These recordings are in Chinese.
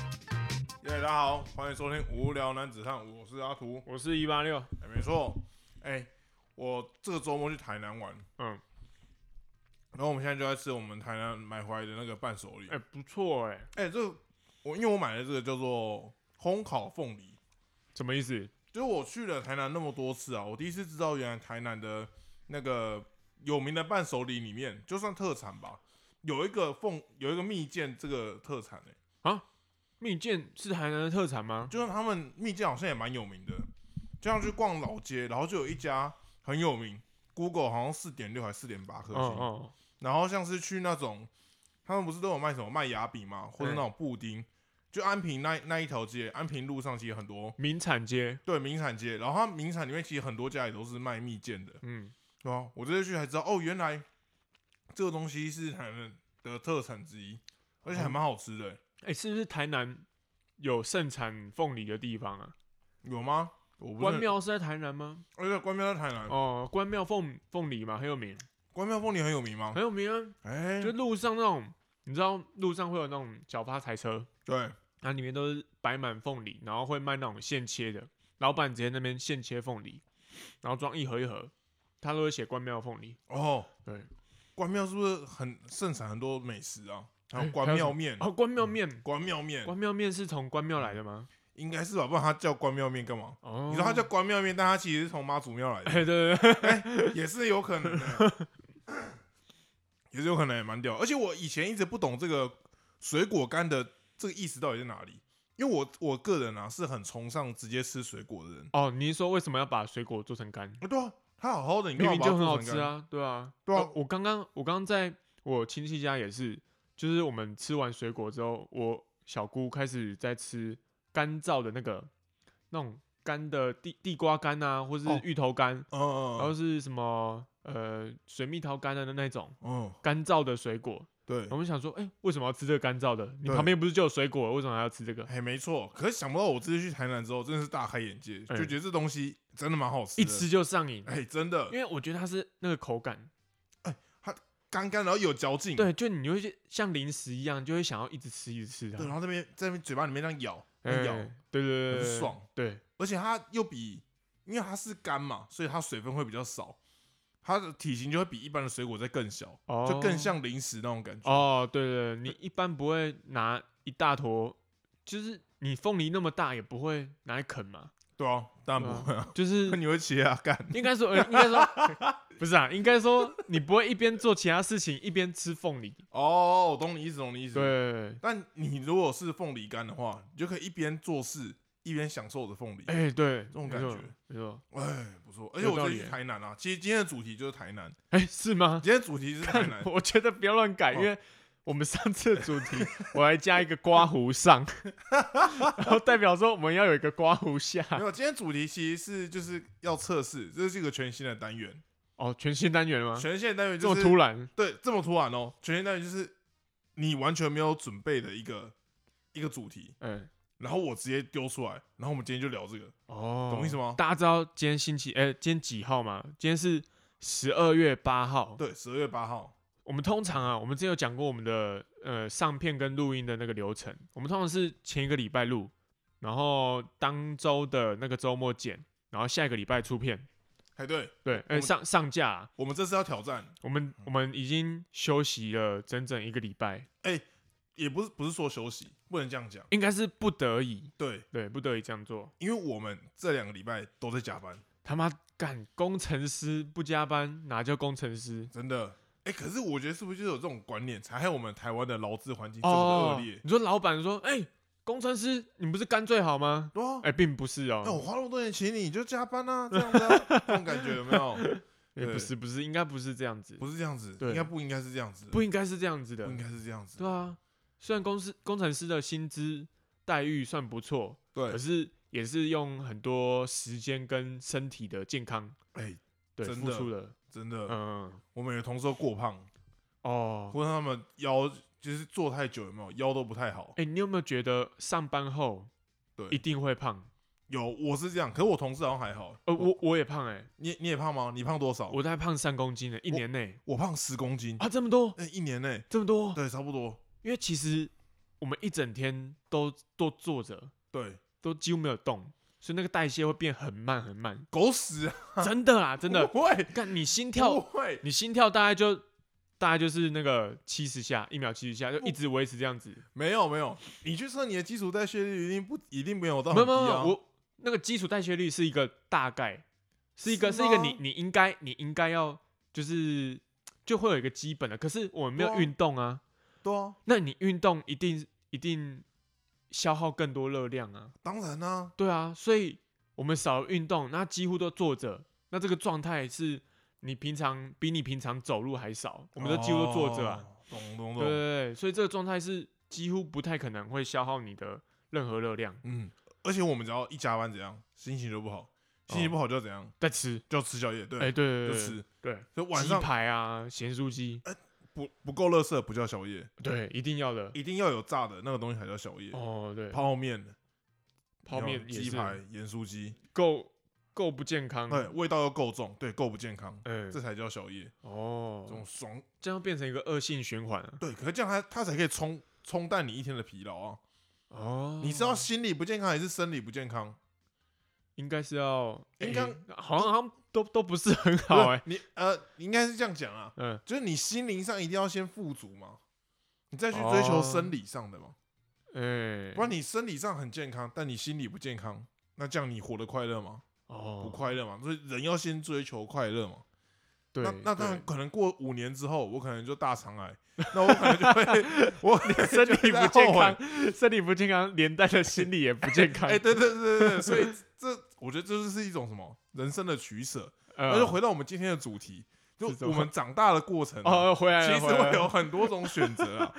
耶、大家好，欢迎收听《无聊男子汉》，我是阿图。我是一八六，哎、没错，哎、我这个周末去台南玩，嗯，然后我们现在就在吃我们台南买回来的那个伴手礼。哎、不错哎、哎、这个我因为我买的这个叫做烘烤凤梨，什么意思？就是我去了台南那么多次啊，我第一次知道原来台南的那个有名的伴手礼里面，就算特产吧，有一个凤有一个蜜饯这个特产哎、蜜饯是台南的特产吗？就像他们蜜饯好像也蛮有名的，就像去逛老街，然后就有一家很有名，Google 好像四点六还四点八颗嗯星，嗯，然后像是去那种他们不是都有卖什么麦芽饼嘛，或者那种布丁，就安平那那一条街，安平路上其实很多名产街，对名产街，然后它名产里面其实很多家也都是卖蜜饯的，嗯，对吧、我这次去才知道，哦，原来这个东西是台湾的特产之一，而且还蛮好吃的、哎、是不是台南有盛产凤梨的地方啊？有吗？我不关是，庙是在台南吗？而且关庙在台南，哦，关庙凤凤梨嘛，很有名，关庙凤梨很有名吗？很有名啊。哎、就路上那种，你知道路上会有那种小发财车，对，它里面都是摆满凤梨，然后会卖那种现切的，老板直接那边现切凤梨，然后装一盒一盒，他都会写关庙凤梨。哦，对，关庙是不是很盛产很多美食啊？还有哎关还有庙什么面，哦，关庙面，关庙面 关庙面是从关庙来的吗？应该是吧？不然它叫关庙面干嘛？哦，你知道它 叫关庙面，但它其实是从妈祖庙来的， 哎，对对对，也是有可能的， 也是有可能也蛮屌。而且我以前一直不懂这个水果干的这个意思到底在哪里，因为我我个人啊是很崇尚直接吃水果的人。哦，你是说为什么要把水果做成干？啊，对啊，它好好的，你干嘛明明把它就很做好成吃干！啊，对啊，对啊哦我刚刚我刚刚在我亲戚家也是，就是我们吃完水果之后，我小姑开始在吃干燥的那个那种干的地地瓜干啊，或是哦芋头干，嗯然后嗯是什么呃水蜜桃干的那种嗯嗯，干燥的水果。对然后，我们想说，哎、为什么要吃这个干燥的？你对旁边不是就有水果了，为什么还要吃这个？哎，没错。可是想不到我这次去台南之后，真的是大开眼界，哎就觉得这东西真的蛮好吃的。一吃就上瘾，哎，真的因为我觉得它是那个口感，干干，然后有嚼劲。对，就你会像零食一样，就会想要一直吃一直吃它对，然后这边在那边嘴巴里面这样咬，哎咬，对对对对，很对爽，对，而且它又比，因为它是干嘛，所以它水分会比较少，它的体型就会比一般的水果再更小，哦，就更像零食那种感觉。哦，对对，对你一般不会拿一大坨，就是你凤梨那么大也不会拿来啃嘛，对啊，当然对啊不会啊， 就是你会切啊，干。应该说，呃应该说不是啊，应该说你不会一边做其他事情一边吃凤梨，哦，我懂你意思，懂你意对思。对，对但你如果是凤梨干的话，你就可以一边做事一边享受着凤梨。对哎，对，这种感觉没错，哎，不错，而且有我道这理去欸台南啊，其实今天的主题就是台南，哎，是吗？，今天的主题是台南 我觉得不要乱改，哦因为我们上次的主题 我还加一个刮胡上， 然后代表说我们要有一个刮胡下。 没有，今天主题其实是就是要测试，这是一个全新的单元，哦，全新单元吗？全新的单元这就么是突然？对这么突然哦，全新单元就是你完全没有准备的一个一个主题，嗯，然后我直接丢出来，然后我们今天就聊这个，哦，懂意思吗大家知道今天星期哎、今天几号吗？今天是十二月八号。对，十二月八号，我们通常啊，我们之前有讲过我们的呃上片跟录音的那个流程，我们通常是前一个礼拜录，然后当周的那个周末剪，然后下一个礼拜出片。哎，对对，我哎、们上上架啊、我们这次要挑战，我们我们已经休息了整整一个礼拜，也不是不是说休息，不能这样讲，应该是不得已，对，对，不得已这样做。因为我们这两个礼拜都在加班，他妈干工程师不加班，哪叫工程师？真的。哎、可是我觉得是不是就有这种观念，才害我们台湾的劳资环境这么的哦恶劣，？你说老板说，哎、工程师，你不是干最好吗？对啊哎、，并不是那我哦，花那么多钱请你，你就加班啊，这样子、啊，这种感觉有没有？哎、不是不是，应该不是这样子，不是这样子，对应该不应该是这样子，不应该是这样子不的应，该是这样子。对啊。虽然公司工程师的薪资待遇算不错，对可，是也是用很多时间跟身体的健康哎、对真付的出的，真的，嗯，嗯我们有同事都过胖，哦，或者他们腰就是坐太久，有没有腰都不太好？哎、你有没有觉得上班后对一定会胖？有，我是这样，可是我同事好像还好。呃，我我也胖哎、你你也胖吗？你胖多少？我我大概胖三公斤了，欸一年内胖十公斤，啊，这么多，那、一年内、这么多，对，差不多。因为其实我们一整天都都坐着，对，。都几乎没有动，所以那个代谢会变很慢很慢狗屎啊，真的啦，真的。不会干你心不跳，会，你心跳大概就大概就是那个七十下，一秒七十下，就一直维持这样子。没有没有，你去测你的基础代谢率一定不一定没有到没有很没低有，没啊有，我那个基础代谢率是一个大概，是一个是是一个吗你你应该你应该要就是就会有一个基本的，可是我们没有对啊运动啊，对啊，那你运动一定一定消耗更多热量啊，当然啦、对啊，所以我们少了运动，那几乎都坐着，那这个状态是你平常比你平常走路还少，我们都几乎都坐着啊，哦，懂懂懂，对对对，所以这个状态是几乎不太可能会消耗你的任何热量，嗯，而且我们只要一加班怎样，心情就不好，心情哦不好就怎样，在吃，就吃宵夜，对，哎、对对就对对吃，对。所以晚鸡上排啊，咸酥鸡，不不够垃圾不叫宵夜，对，一定要的。一定要有炸的那个东西才叫宵夜，哦，对，泡面、泡有面也鸡是嗯排、盐酥鸡，够够不健康。对，味道又够重，对，够不健康，嗯这，才叫宵夜，这种哦，爽，这样变成一个恶性循环啊。对，可是这样它它才可以冲冲淡你一天的疲劳啊，哦，你是要心理不健康还是生理不健康？应该是要，应诶该好像好像都都不是很好不是哎。你呃，你应该是这样讲啊，嗯，就是你心灵上一定要先富足嘛，你再去追求哦生理上的嘛，哎，不然你生理上很健康，但你心理不健康，那这样你活得快乐吗？哦不，快乐嘛，所以人要先追求快乐嘛。对，那那当对然，可能过五年之后，我可能就大肠癌，那我可能就 会我 可能身就体会在不健后悔康，身体不健康，连带的心理也不健康。 哎，对对对对对，所以这我觉得这就是一种什么人生的取舍。那呃，就回到我们今天的主题，就是什我么们长大的过程啊、哦，回 来其了，实回来会了有很多种选择 啊。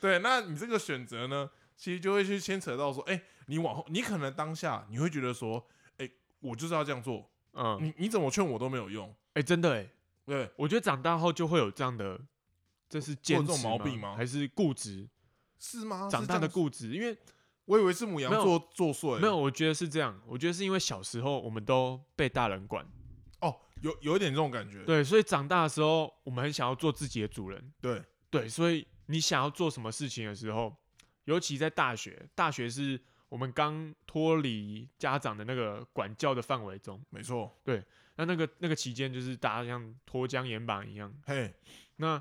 对，那你这个选择呢，其实就会去牵扯到说，哎、你往后，你可能当下你会觉得说，哎、我就是要这样做，嗯，你你怎么劝我都没有用，哎，真的哎，对，我觉得长大后就会有这样的，这是坚有这持种毛病吗还是固执？是吗？长哦是大这的样，固执，因为我以为是母羊没有座作祟，没有，我觉得是这样，我觉得是因为小时候我们都被大人管，哦，有有一点这种感觉，对，所以长大的时候我们很想要做自己的主人，对对，所以你想要做什么事情的时候，尤其在大学，大学是我们刚脱离家长的那个管教的范围中，没错，那那个那个期间就是大家像脱缰野马一样，嘿，那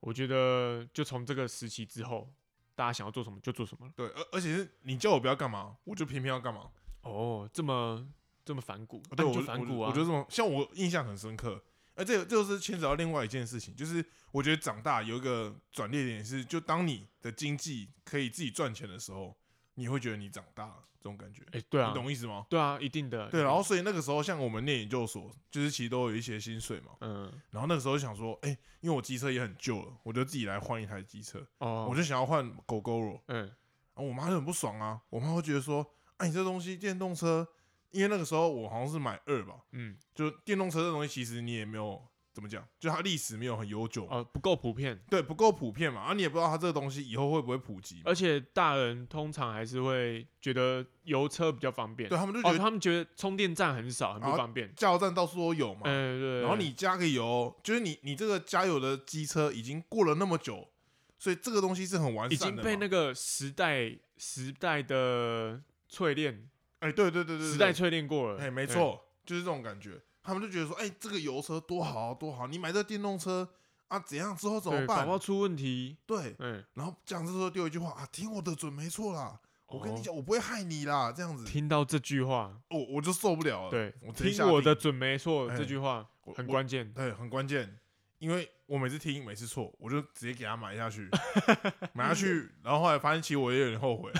我觉得就从这个时期之后，大家想要做什么就做什么了。对，而而且是你叫我不要干嘛，我就偏偏要干嘛，哦，这么这么反骨，哦对我那你就就反我就骨啊，我觉得这种像我印象很深刻。而这个这就是牵扯到另外一件事情，就是我觉得长大有一个转捩点是，就当你的经济可以自己赚钱的时候，你会觉得你长大了这种感觉，哎、对啊你，懂意思吗？对啊，一定的，对，一定然后所以那个时候像我们念研究所，就是其实都有一些薪水嘛，嗯，然后那个时候就想说，哎、因为我机车也很旧了，我就自己来换一台机车，哦，我就想要换狗狗罗，嗯，然后我妈就很不爽啊，我妈会觉得说，哎、你这东西电动车，因为那个时候我好像是买二吧，嗯，就电动车这东西，其实你也没有怎么讲，就它历史没有很悠久，哦，不够普遍，对，不够普遍嘛，啊，你也不知道它这个东西以后会不会普及嘛，而且大人通常还是会觉得油车比较方便，对他们就觉哦，得他们觉得充电站很少，很不啊方便，加油站到处都有嘛，嗯，对，然后对你加个油，就是你你这个加油的机车已经过了那么久，所以这个东西是很完已善经的嘛，被那个时代时代的淬炼，哎、对对对对对，时代淬炼过了，哎、没错，就是这种感觉。他们就觉得说，哎、这个油车多好啊多好，你买这电动车啊，怎样之后怎对，么对，宝办？宝出问题，对，嗯，然后讲这时候丢一句话啊，听我的准没错啦，我跟你哦讲，我不会害你啦，这样子，听到这句话，我我就受不了了。对我，直接听下我定的，准没错，哎这句话我很我关键，对，很关键，因为我每次听每次错，我就直接给他买下 去，买下去，然后后来发现其实我也有点后悔，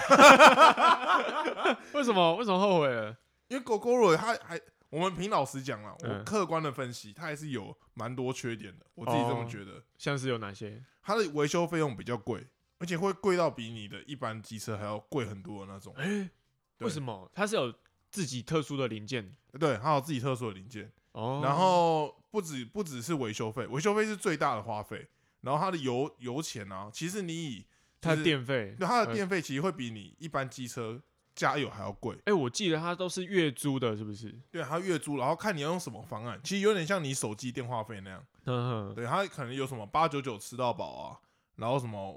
为什么为什么后悔了？因为狗狗肉它还。我们凭老实讲啦，我嗯客观的分析，它还是有蛮多缺点的，我自己这么哦觉得。像是有哪些？它的维修费用比较贵，而且会贵到比你的一般机车还要贵很多的那种。哎，对为什么？它是有自己特殊的零件对，还有自己特殊的零件。哦，然后不止不只是维修费，维修费是最大的花费。然后它的油油钱啊，其实你以它就是的电费，对它的呃电费其实会比你一般机车加油还要贵。哎、我记得它都是月租的，是不是？对，它月租，然后看你要用什么方案，其实有点像你手机电话费那样。嗯哼，对，它可能有什么八九九吃到饱啊，然后什么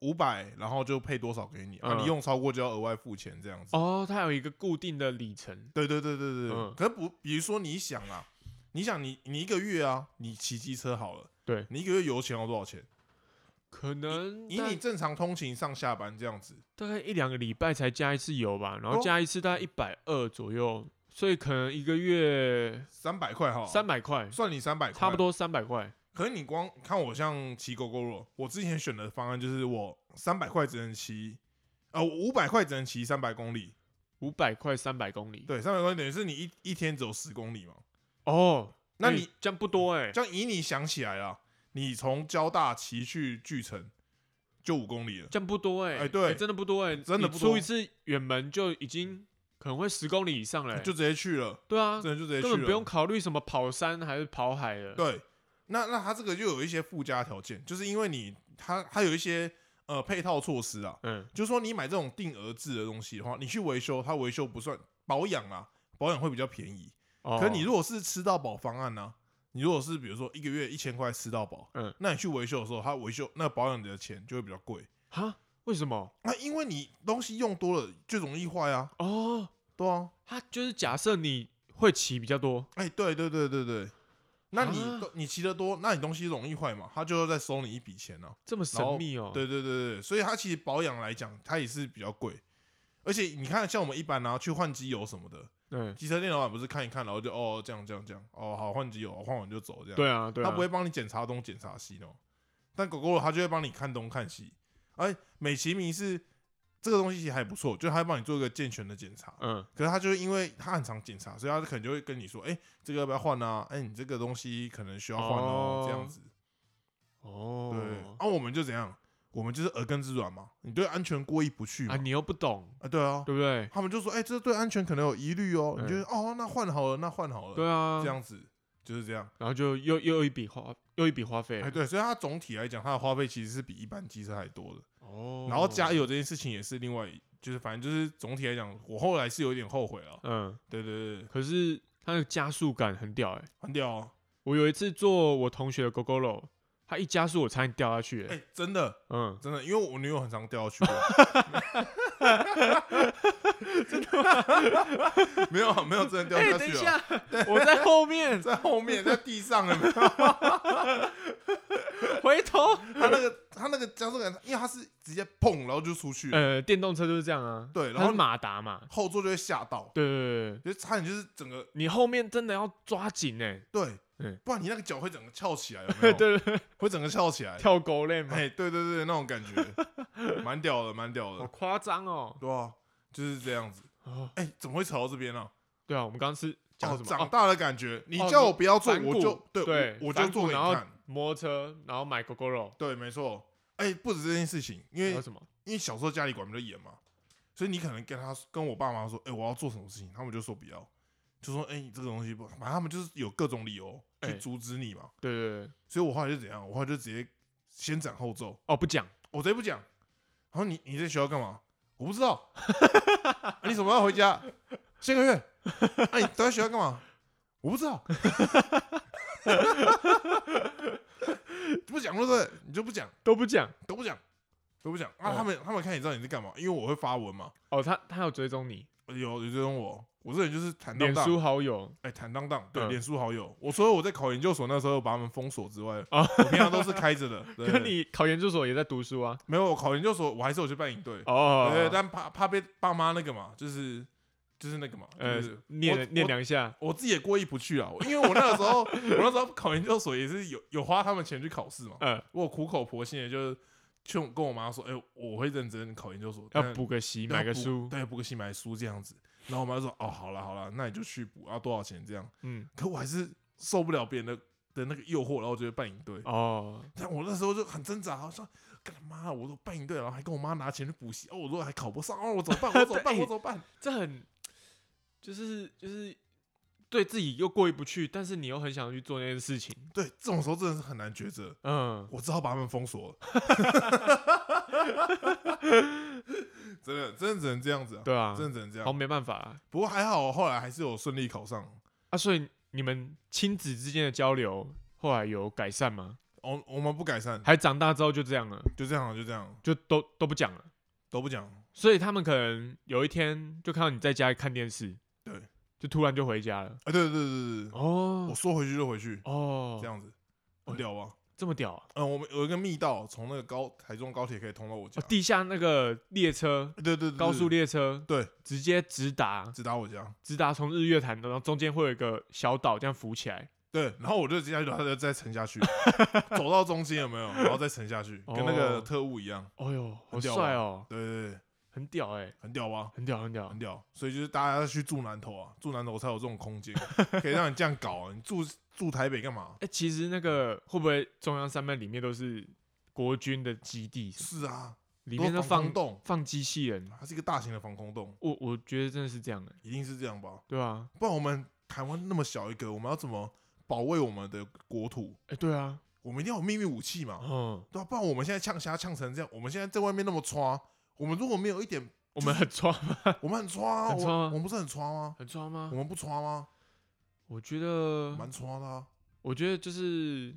五百，然后就配多少给你，啊，嗯你用超过就要额外付钱这样子。哦，它有一个固定的里程，对对对对对，嗯可是不，比如说你想啊，你想你你一个月啊，你骑机车好了，对你一个月油钱要多少钱？可能以大你正常通勤上下班这样子，大概一两个礼拜才加一次油吧，然后哦加一次大概一百二左右，所以可能一个月三百块哈，三百块，算你哦三百块，差不。多三百块。可是你光看我像骑狗狗肉，我之前选的方案就是我三百块只能骑，呃，五百块只能骑三百公里，五百块三百公里对，三百公里等于是你一一天只有十公里嘛。哦，那欸你这样不多哎、这样以你想起来啊，你从交大骑去巨城就五公里了，这样不多哎、哎对欸真的不多哎、真的你不出多一次远门就已经可能会十公里以上了、欸，就直接去了，对啊，真的就直接去根了，本不用考虑什么跑山还是跑海了。对，那那它这个就有一些附加条件，就是因为你它它有一些呃配套措施啊，嗯，就是说你买这种定额制的东西的话，你去维修，它维修不算保养啊，保养会比较便宜。哦可你如果是吃到饱方案呢、啊你如果是比如说一个月一千块吃到饱，嗯，那你去维修的时候，它维修那保养的钱就会比较贵。哈，为什么？那因为你东西用多了就容易坏啊，哦，对啊，他就是假设你会骑比较多，哎、对对对对对，那你、啊你骑得多，那你东西容易坏嘛，他就要再收你一笔钱呢、啊。这么神然后秘哦。对对对对，所以它其实保养来讲，它也是比较贵。而且你看，像我们一般啊，去换机油什么的，对机车店老板不是看一看，然后就哦这样这样这样，哦好换机油，换完就走这样。、对啊，对啊，他不会帮你检查东检查西哦。但狗狗它就会帮你看东看西，哎，美其名是这个东西其实还不错，就它会帮你做一个健全的检查。嗯可是他就是因为他很常检查，所以他可能就会跟你说：“哎、这个要不要换啊？哎、你这个东西可能需要换哦。哦这样子。哦，对，然、后我们就怎样？我们就是耳根子软嘛，你对安全过意不去嘛。啊啊，你又不懂，对啊，对不对？他们就说：“哎、这对安全可能有疑虑哦。嗯你就哦，那换好了，那换好了。对啊，这，样子就是这样。然后就又又一笔花，又一笔花费哎、了。对，所以它总体来讲，它的花费其实是比一般机车还多的。哦，然后加，油这件事情也是另外一，就是反正就是总体来讲，我后来是有点后悔了。嗯，对对对，可是它的加速感很屌哎、很屌、哦。我有一次坐我同学的 GoGo Roll，他一加速我差点掉下去、欸，哎、真的，嗯，真的，因为我女友很常掉下去过。啊 真的吗？没 有啊，没有真的掉哎、下等一去了，下， 我在后面， 在后面，在地上了。没有回头，他那个他那个加速感，因为他是直接砰，然后就出去了，呃，电动车就是这样啊，对然它后是马达嘛，后座就会吓到，对对对对，就差点就是整个你后面真的要抓紧哎、对嗯，不然你那个脚会整个翘起来，有没 对有？对对，会整个翘起来。跳狗链嘛，哎，对对对，那种感觉，蛮屌的，蛮屌好的，夸张哦。对啊，就是这样子。哦，哎，怎么会扯到这边呢？对啊，我们刚刚是讲哦，什么？长哦大的感觉，你哦叫我不要做，反我骨就对对，我我就反做骨给你然后看。摩托车，然后买 GoGo Roll，对，没错。哎、不止这件事情，因还为有什么？因为小时候家里管比较严嘛，所以你可能跟他跟我爸妈说，哎、我要做什么事情，他们就说不要，就说哎、你这个东西不，反正他们就是有各种理由去哎阻止你嘛。对对对，所以我后来就怎样，我后来就直接先斩后奏，哦，不讲，我直接不讲。然后你你在学校干嘛？我不知 道。啊你什么时候回家？下个月。哎、你都在学校干嘛？我不知道。 不讲对不对？你就不讲。都不讲。都不讲，都不讲啊！哦他们他们看你知道你在干嘛，因为我会发文嘛，哦，他他有追踪你，有有追踪我，我这人就是坦荡脸荡，书好友，哎，坦荡荡，对，嗯脸书好友。我除了我在考研究所那时候把他们封锁之外，哦我平常都是开着的。对 跟你考研究所也在读书啊。没有我考研究所，我还是有去办营队，哦，对，但怕怕被爸妈那个嘛，就是就是那个嘛，呃就是，念了我念两下，我自己也过意不去啊，因为我那个时候我那时候考研究所也是有有花他们钱去考试嘛，呃，我有苦口婆心的就是劝跟我妈说，哎，我会认真考研究所，但嗯要补个习，对买个补书，对，补个习买书这样子。然后我妈就说：“哦，好了好了，那你就去补，要啊多少钱这样？”嗯，可我还是受不了别人的的那个诱惑，然后就会办一堆。哦，但我那时候就很挣扎，我说：“干妈，我都办一堆，然后还跟我妈拿钱去补习，哦，我如果还考不上，哦，我怎么办？我怎么办？ 对我怎么办这很就是就是对自己又过意不去，但是你又很想去做那件事情，？”对，这种时候真的是很难抉择，嗯，我只好把他们封锁了。 真的，真的只能这样子啊，对啊，真的只能这好样。没办法啊，不过还好，后来还是有顺利考上。啊，所以你们亲子之间的交流后来有改善吗？我我们不改善，还长大之后就这样了，就这样啊就这样，就都都不讲了。都不讲。所以他们可能有一天就看到你在家里看电视，对，就突然就回家了。啊，对对对对对，我哦说回去就回去，哦，这这样子很屌吧？么屌啊！嗯，我们有一个密道，从那个高台中高铁可以通到我家哦。地下那个列车，对对对，对高速对列车，对，直接直达，直达我家。直达从日月潭的，然后中间会有一个小岛这样浮起来。对，然后我就直接他就再沉下去，走到中心有没有？然后再沉下去，跟那个哦特务一样。哎呦，好很屌帅哦，对对对，很屌哎，很屌吧？很屌很屌很。屌。所以就是大家要去住南投啊，住南投才有这种空间，可以让你这样搞、啊。你住住台北干嘛？哎，其实那个会不会中央山脉里面都是国军的基地什么，是啊，里面都都防放空洞，放机器人？它是一个大型的防空洞，我我觉得真的是这样欸的，一定是这样吧？对啊，不然我们台湾那么小一个，我们要怎么保卫我们的国土？哎、对啊，我们一定要有秘密武器嘛，嗯，对吧、啊不然我们现在呛虾呛成这样，我们现在在外面那么抓，我们如果没有一点，我们很抓吗？我们很抓啊，很啊我抓们吗我们不是很抓吗？ 很抓吗我？们不抓吗？我觉得，蛮抓的啊，我觉得就是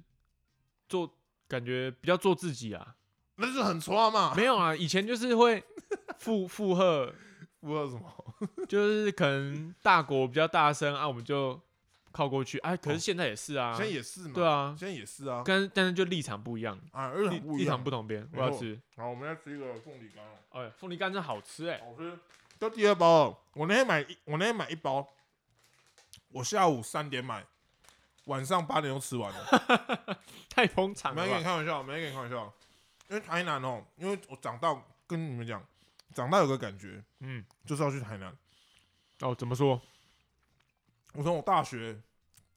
做，感觉比较做自己 啊。那就是很抓嘛。没有啊，以前就是会附附和，不知道什么，就是可能大国比较大声啊，我们就靠过去。哎、可是现在也是啊，现在也哦是嘛，对啊，现在也是啊，但但是就立场不一样，啊，二立场不一立样场不。同边。没我要错吃，好，我们要吃一个凤梨干哦，哎、凤梨干真好吃哎、好吃。到第二包了，我那天买一，我那天买一包，我下午三点买，晚上八点就吃完 了。太捧场没有跟了你吧。开玩笑，没有跟你开玩笑，因为台南哦，因为我长大跟你们讲，长大有个感觉嗯，就是要去台南。哦，怎么说？我从我大学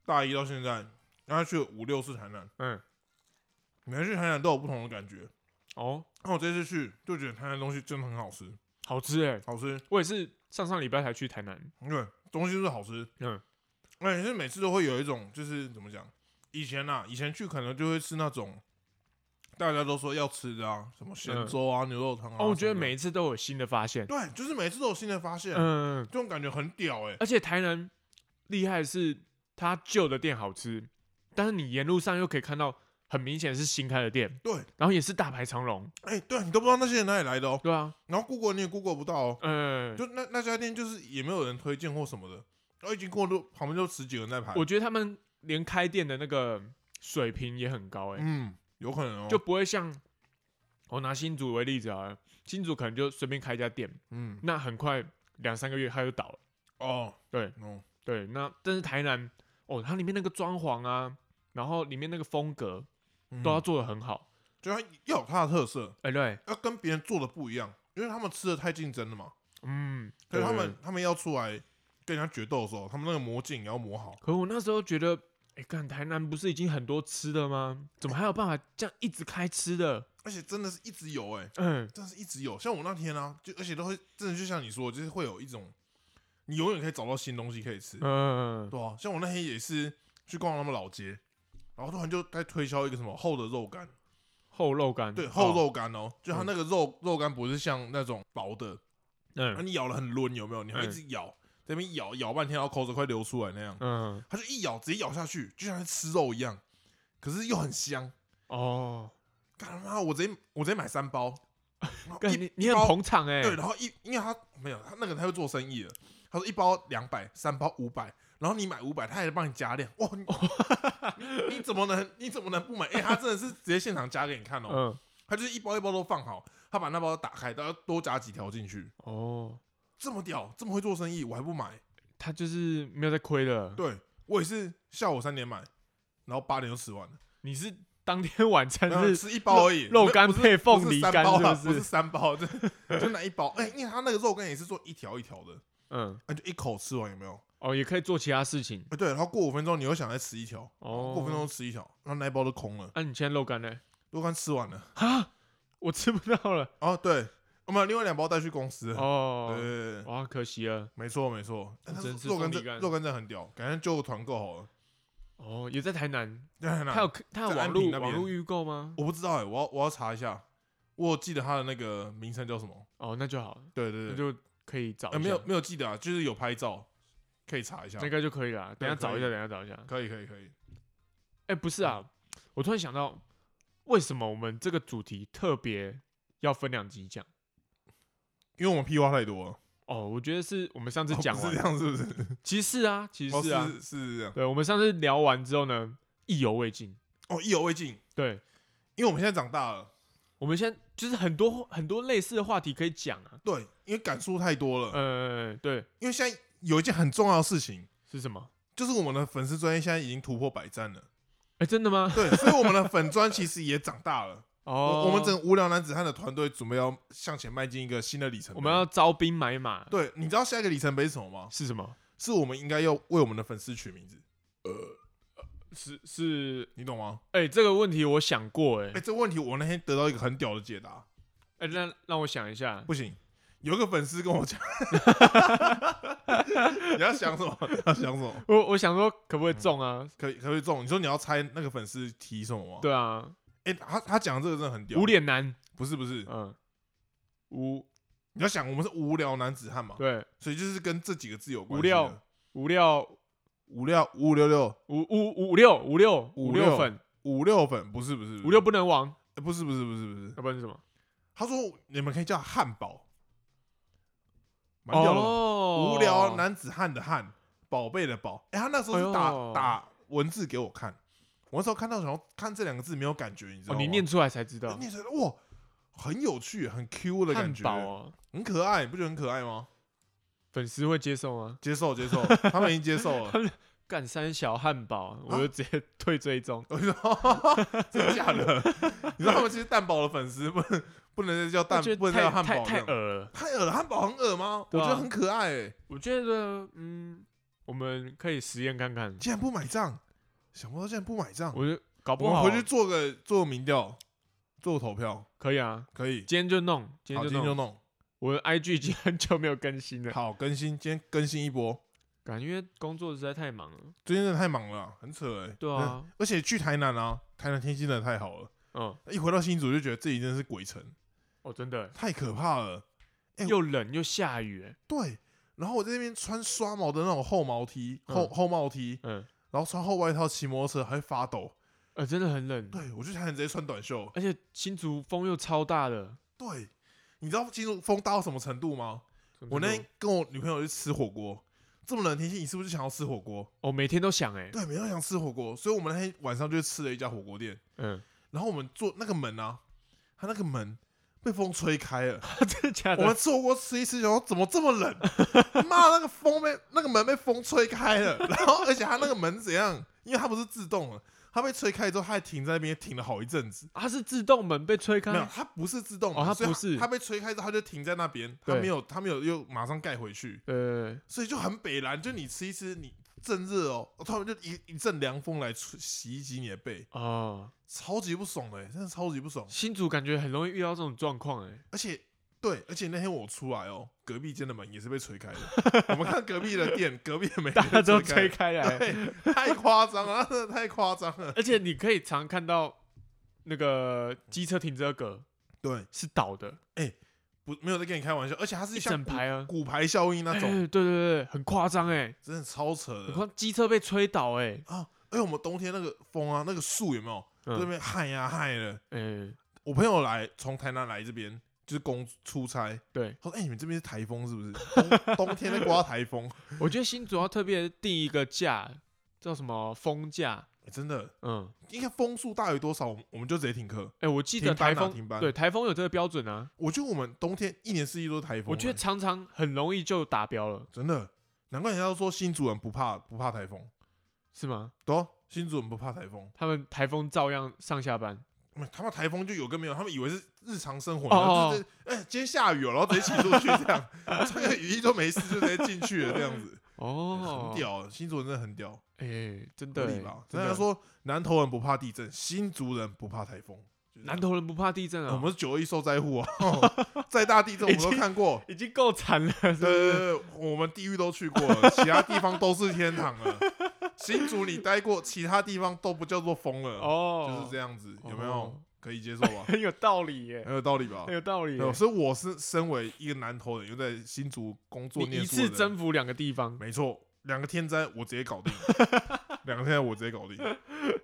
大一到现在，然后去了五六次台南，嗯，每次去台南都有不同的感觉。哦，那我这次去就觉得台南的东西真的很好吃，好吃哎、好吃，我也是上上礼拜才去台南。对，东西都是好吃，嗯，而且是每次都会有一种就是怎么讲，以前呐、以前去可能就会吃那种大家都说要吃的啊，什么咸粥啊、牛肉汤啊什么的。嗯哦，我觉得每一次都有新的发现。对，就是每次都有新的发现，嗯，这种感觉很屌哎、而且台南厉害的是它旧的店好吃，但是你沿路上又可以看到很明显是新开的店，对，然后也是大排长龙，哎、对你都不知道那些人哪里来的哦，对啊，然后 Google 你也 Google 不到哦，嗯，就那那家店就是也没有人推荐或什么的，哦然后已经过路旁边就十几个人在排，我觉得他们连开店的那个水平也很高、欸，哎、嗯，有可能哦，就不会像我拿新竹为例子啊，新竹可能就随便开一家店，嗯那很快两三个月它就倒了，哦，对哦，对，那但是台南哦，它里面那个装潢啊，然后里面那个风格嗯都要做的很好，就它要有它的特色，哎、对，要跟别人做的不一样，因为他们吃的太竞争了嘛，嗯，所以他对们他们要出来跟人家决斗的时候，他们那个魔镜也要磨好，可我那时候觉得，哎、干台南不是已经很多吃的吗？怎么还有办法这样一直开吃的？而且真的是一直有哎、嗯，真的是一直有，像我那天啊，就而且都会真的就像你说的，就是会有一种你永远可以找到新东西可以吃，嗯，对啊，像我那天也是去逛他们老街，然后突然就在推销一个什么厚的肉干，厚肉干，对，哦厚，肉干哦，就它那个肉肉干不是像那种薄的，啊嗯你咬了很抡，有没有？你还一直咬，在那边咬咬半天，然后口水快流出来那样，嗯，它就一咬直接咬下去，就像在吃肉一样，可是又很香。哦，干妈，我直接我直接买三包， 然后干一你你一很包捧场哎、对，然后一因为他没有他那个他会做生意的，他说一包两百，三包五百，然后你买五百，他还帮你加量，哇，你 你你怎么能你怎么能不买？哎、他真的是直接现场加给你看哦，嗯，他就是一包一包都放好，他把那包打开，然后多加几条进去，哦，这么屌，这么会做生意，我还不买？他就是没有在亏的，对我也是下午三点买，然后八点就吃完了，你是当天 晚餐没有是吃一包而已，肉没有干不是配不凤是梨三干包啊，是不不是？三包， 就就那一包，哎、因为他那个肉干也是做一条一条的，嗯，那就一口吃完有没有？哦，也可以做其他事情哎，对，然后过五分钟你又想再吃一条，哦。啊过五分钟，吃一条，然后那一包都空了，那、你现在肉干呢？肉干吃完了。啊， 我吃不到了，哦，对，我们另外两包带去公司了。对哦，对，对对哇，可惜了，没错没错，但是真是肉干凤梨真干肉干真的很屌，感觉就团购好了。哦，也在台南，当然他啦有，他有在安网平络那网边络预购吗？我不知道哎，我要我要查一下，我有记得它的那个名称叫什么？哦，那就好了，对对那对，就可以找一呃下，没有没有记得啊，就是有拍照，可以查一下那。个就可以了啊。等一下对可嗯找以一下，等一下找一下。可以可以可以，哎，不是啊，我突然想到，为什么我们这个主题特别要分两集讲？因为我们屁话太多了。哦，我觉得是我们上次哦讲不完是 这了，样，是不是？其实是啊，其实哦，是啊，是是这样。对，我们上次聊完之后呢，意犹未尽。哦，意犹未尽，对，因为我们现在长大了，我们现在就是很多很多类似的话题可以讲啊。对，因为感触太多了。呃，对，因为现在有一件很重要的事情，是什么？就是我们的粉丝专业现在已经突破百赞了。哎、真的吗？对，所以我们的粉专其实也长大了。 哦，我我们整个无聊男子汉的团队准备要向前迈进一个新的里程碑。我们要招兵买马，对，你知道下一个里程碑是什么吗？是什么？是我们应该要为我们的粉丝取名字，是是，你懂吗？哎、这个问题我想过、哎、哎、这问题我那天得到一个很屌的解答。哎，让让我想一下，不行，有一个粉丝跟我 讲，你要想什么？要想什么？我我想说可不可以中啊？可以可不可以中？你说你要猜那个粉丝提什么吗？，对啊，哎、他他讲的这个真的很屌。无脸男，不是不是，嗯，无你要想我们是无聊男子汉嘛，对所以就是跟这几个字有关无系的。聊无料无聊五五六六五五五六五六五五六六粉五六粉不是不是五六不能亡，哎不是不是不是不是，要不然是什么？他说你们可以叫汉堡，蛮屌的嘛。哦，无聊男子汉的汉，宝贝的宝。哎、他那时候是打、哎呦打文字给我看，我那时候看到想要看这两个字没有感觉，你知道哦，吗？你念出来才知哎道， 念出来哇，很有趣，很 Q 的感汉觉，堡哦，很可爱，你不觉得很可爱吗？粉丝会接受吗？接受接 受，他们已经接受了。干三小汉哦堡，我就直接退追 踪。我就说真的假的？ 你知道他们其实蛋堡的粉丝不能不能再叫我蛋，觉不得能再叫太汉太堡这太样，恶了。太恶了，汉堡很恶吗？我对啊觉得很可爱、欸，我觉得，嗯，我们可以实验看看。竟然不买账，想不到竟然不买账。我就搞不我们好回去做个做个民调，做个投票，可以啊，可以。今天就弄，今好，天今就天就弄。弄。我的 IG 已经很久没有更新了，好，更新，今天更新一波。感觉工作实在太忙了。最近真的太忙了啊，很扯哎、对啊，而且去台南啊，台南天气真的太好了。嗯，一回到新竹就觉得自己真的是鬼城，哦，真的，太可怕了。哎又冷又下雨、欸，对，然后我在那边穿刷毛的那种厚毛 T，厚、嗯厚帽 T，嗯，然后穿厚外套骑摩托车还会发抖。呃，真的很冷，对，我去台南直接穿短袖。而且新竹风又超大的。对，你知道进入风大到什么程度吗？我那天跟我女朋友去吃火锅，这么冷的天气，你是不是就想要吃火锅？我、哦、每天都想哎、对，每天都想吃火锅，所以我们那天晚上就吃了一家火锅店， 嗯，然后我们坐那个门啊，它那个门被风吹开 了，真的假我的们？吃火锅吃一吃，然后怎么这么 冷？妈，那个风被那个门被风吹开了，然后而且它那个门怎样？因为它不是自动的，它被吹开之后，它还停在那边停了好一阵子。它、是自动门被吹开没有，它不是自动的，哦它所以不是它被吹开之后，它就停在那边，它对没有，它没有又马上盖回去，呃，所以就很北蓝。就你吃一吃，你正热哦，突然就一一阵凉风来吹袭击你的背，哦，超级不爽的欸、真的超级不爽。新竹感觉很容易遇到这种状况哎，而且对，而且那天我出来哦，隔壁间的门也是被捶开的。 我们看隔壁的店，隔壁的门大家都吹吹，开来，对，太夸张了，真的太夸张了。而且你可以常看到那个机车停车格对，是倒的，不没有在跟你开玩笑，而且它是一像整骨排啊，骨牌效应那哎 种，啊对对对，很夸张哎，真的超扯你的。看机车被吹倒哎、啊，而且我们冬天那个风啊，那个树有没有在那嗯，边害呀害的？哎、我朋友来从台南来这边就是工出差，对，他说：“哎、你们这边是台风是不是？冬冬 天在刮台风、我觉得新竹要特别定一个假，叫什么风假，哎真的，嗯，应该风速大于多少，我们我们就直接停课。哎、我记得停班台啊风、停班对台风有这个标准啊，我觉得我们冬天一年四季都是台风欸、我觉得常常很容易就达标了，真的，难怪人家都说新主人不怕不怕台风，是吗？对、啊，新主人不怕台风，他们台风照样上下班，嗯他们台风就有跟没有，他们以为是日常生活，哦然后就是哎、今天下雨哦，然后直接骑出去这样， 穿个雨衣都没事就直接进去了这样子，哦很，屌，新主人真的很屌，哎、真合的理欸，吧？真人家的说南投人不怕地震，新竹人不怕台风，就这样南投人不怕地震啊，我们是九二一受灾户哦， 再大地震我们都看 过，已经够惨了，是不对是？对对，我们地狱都去过了，其他地方都是天堂了。新竹你待过，其他地方都不叫做疯了，哦，就是这样，样子，有没有哦？？可以接受吧 很有道理耶，很有道理吧很？有道理耶。对所以我是身为一个南投人，又在新竹工作你念一书的次人，征服两个地方， 没错，两个天灾我直接搞定，两天我直接搞定。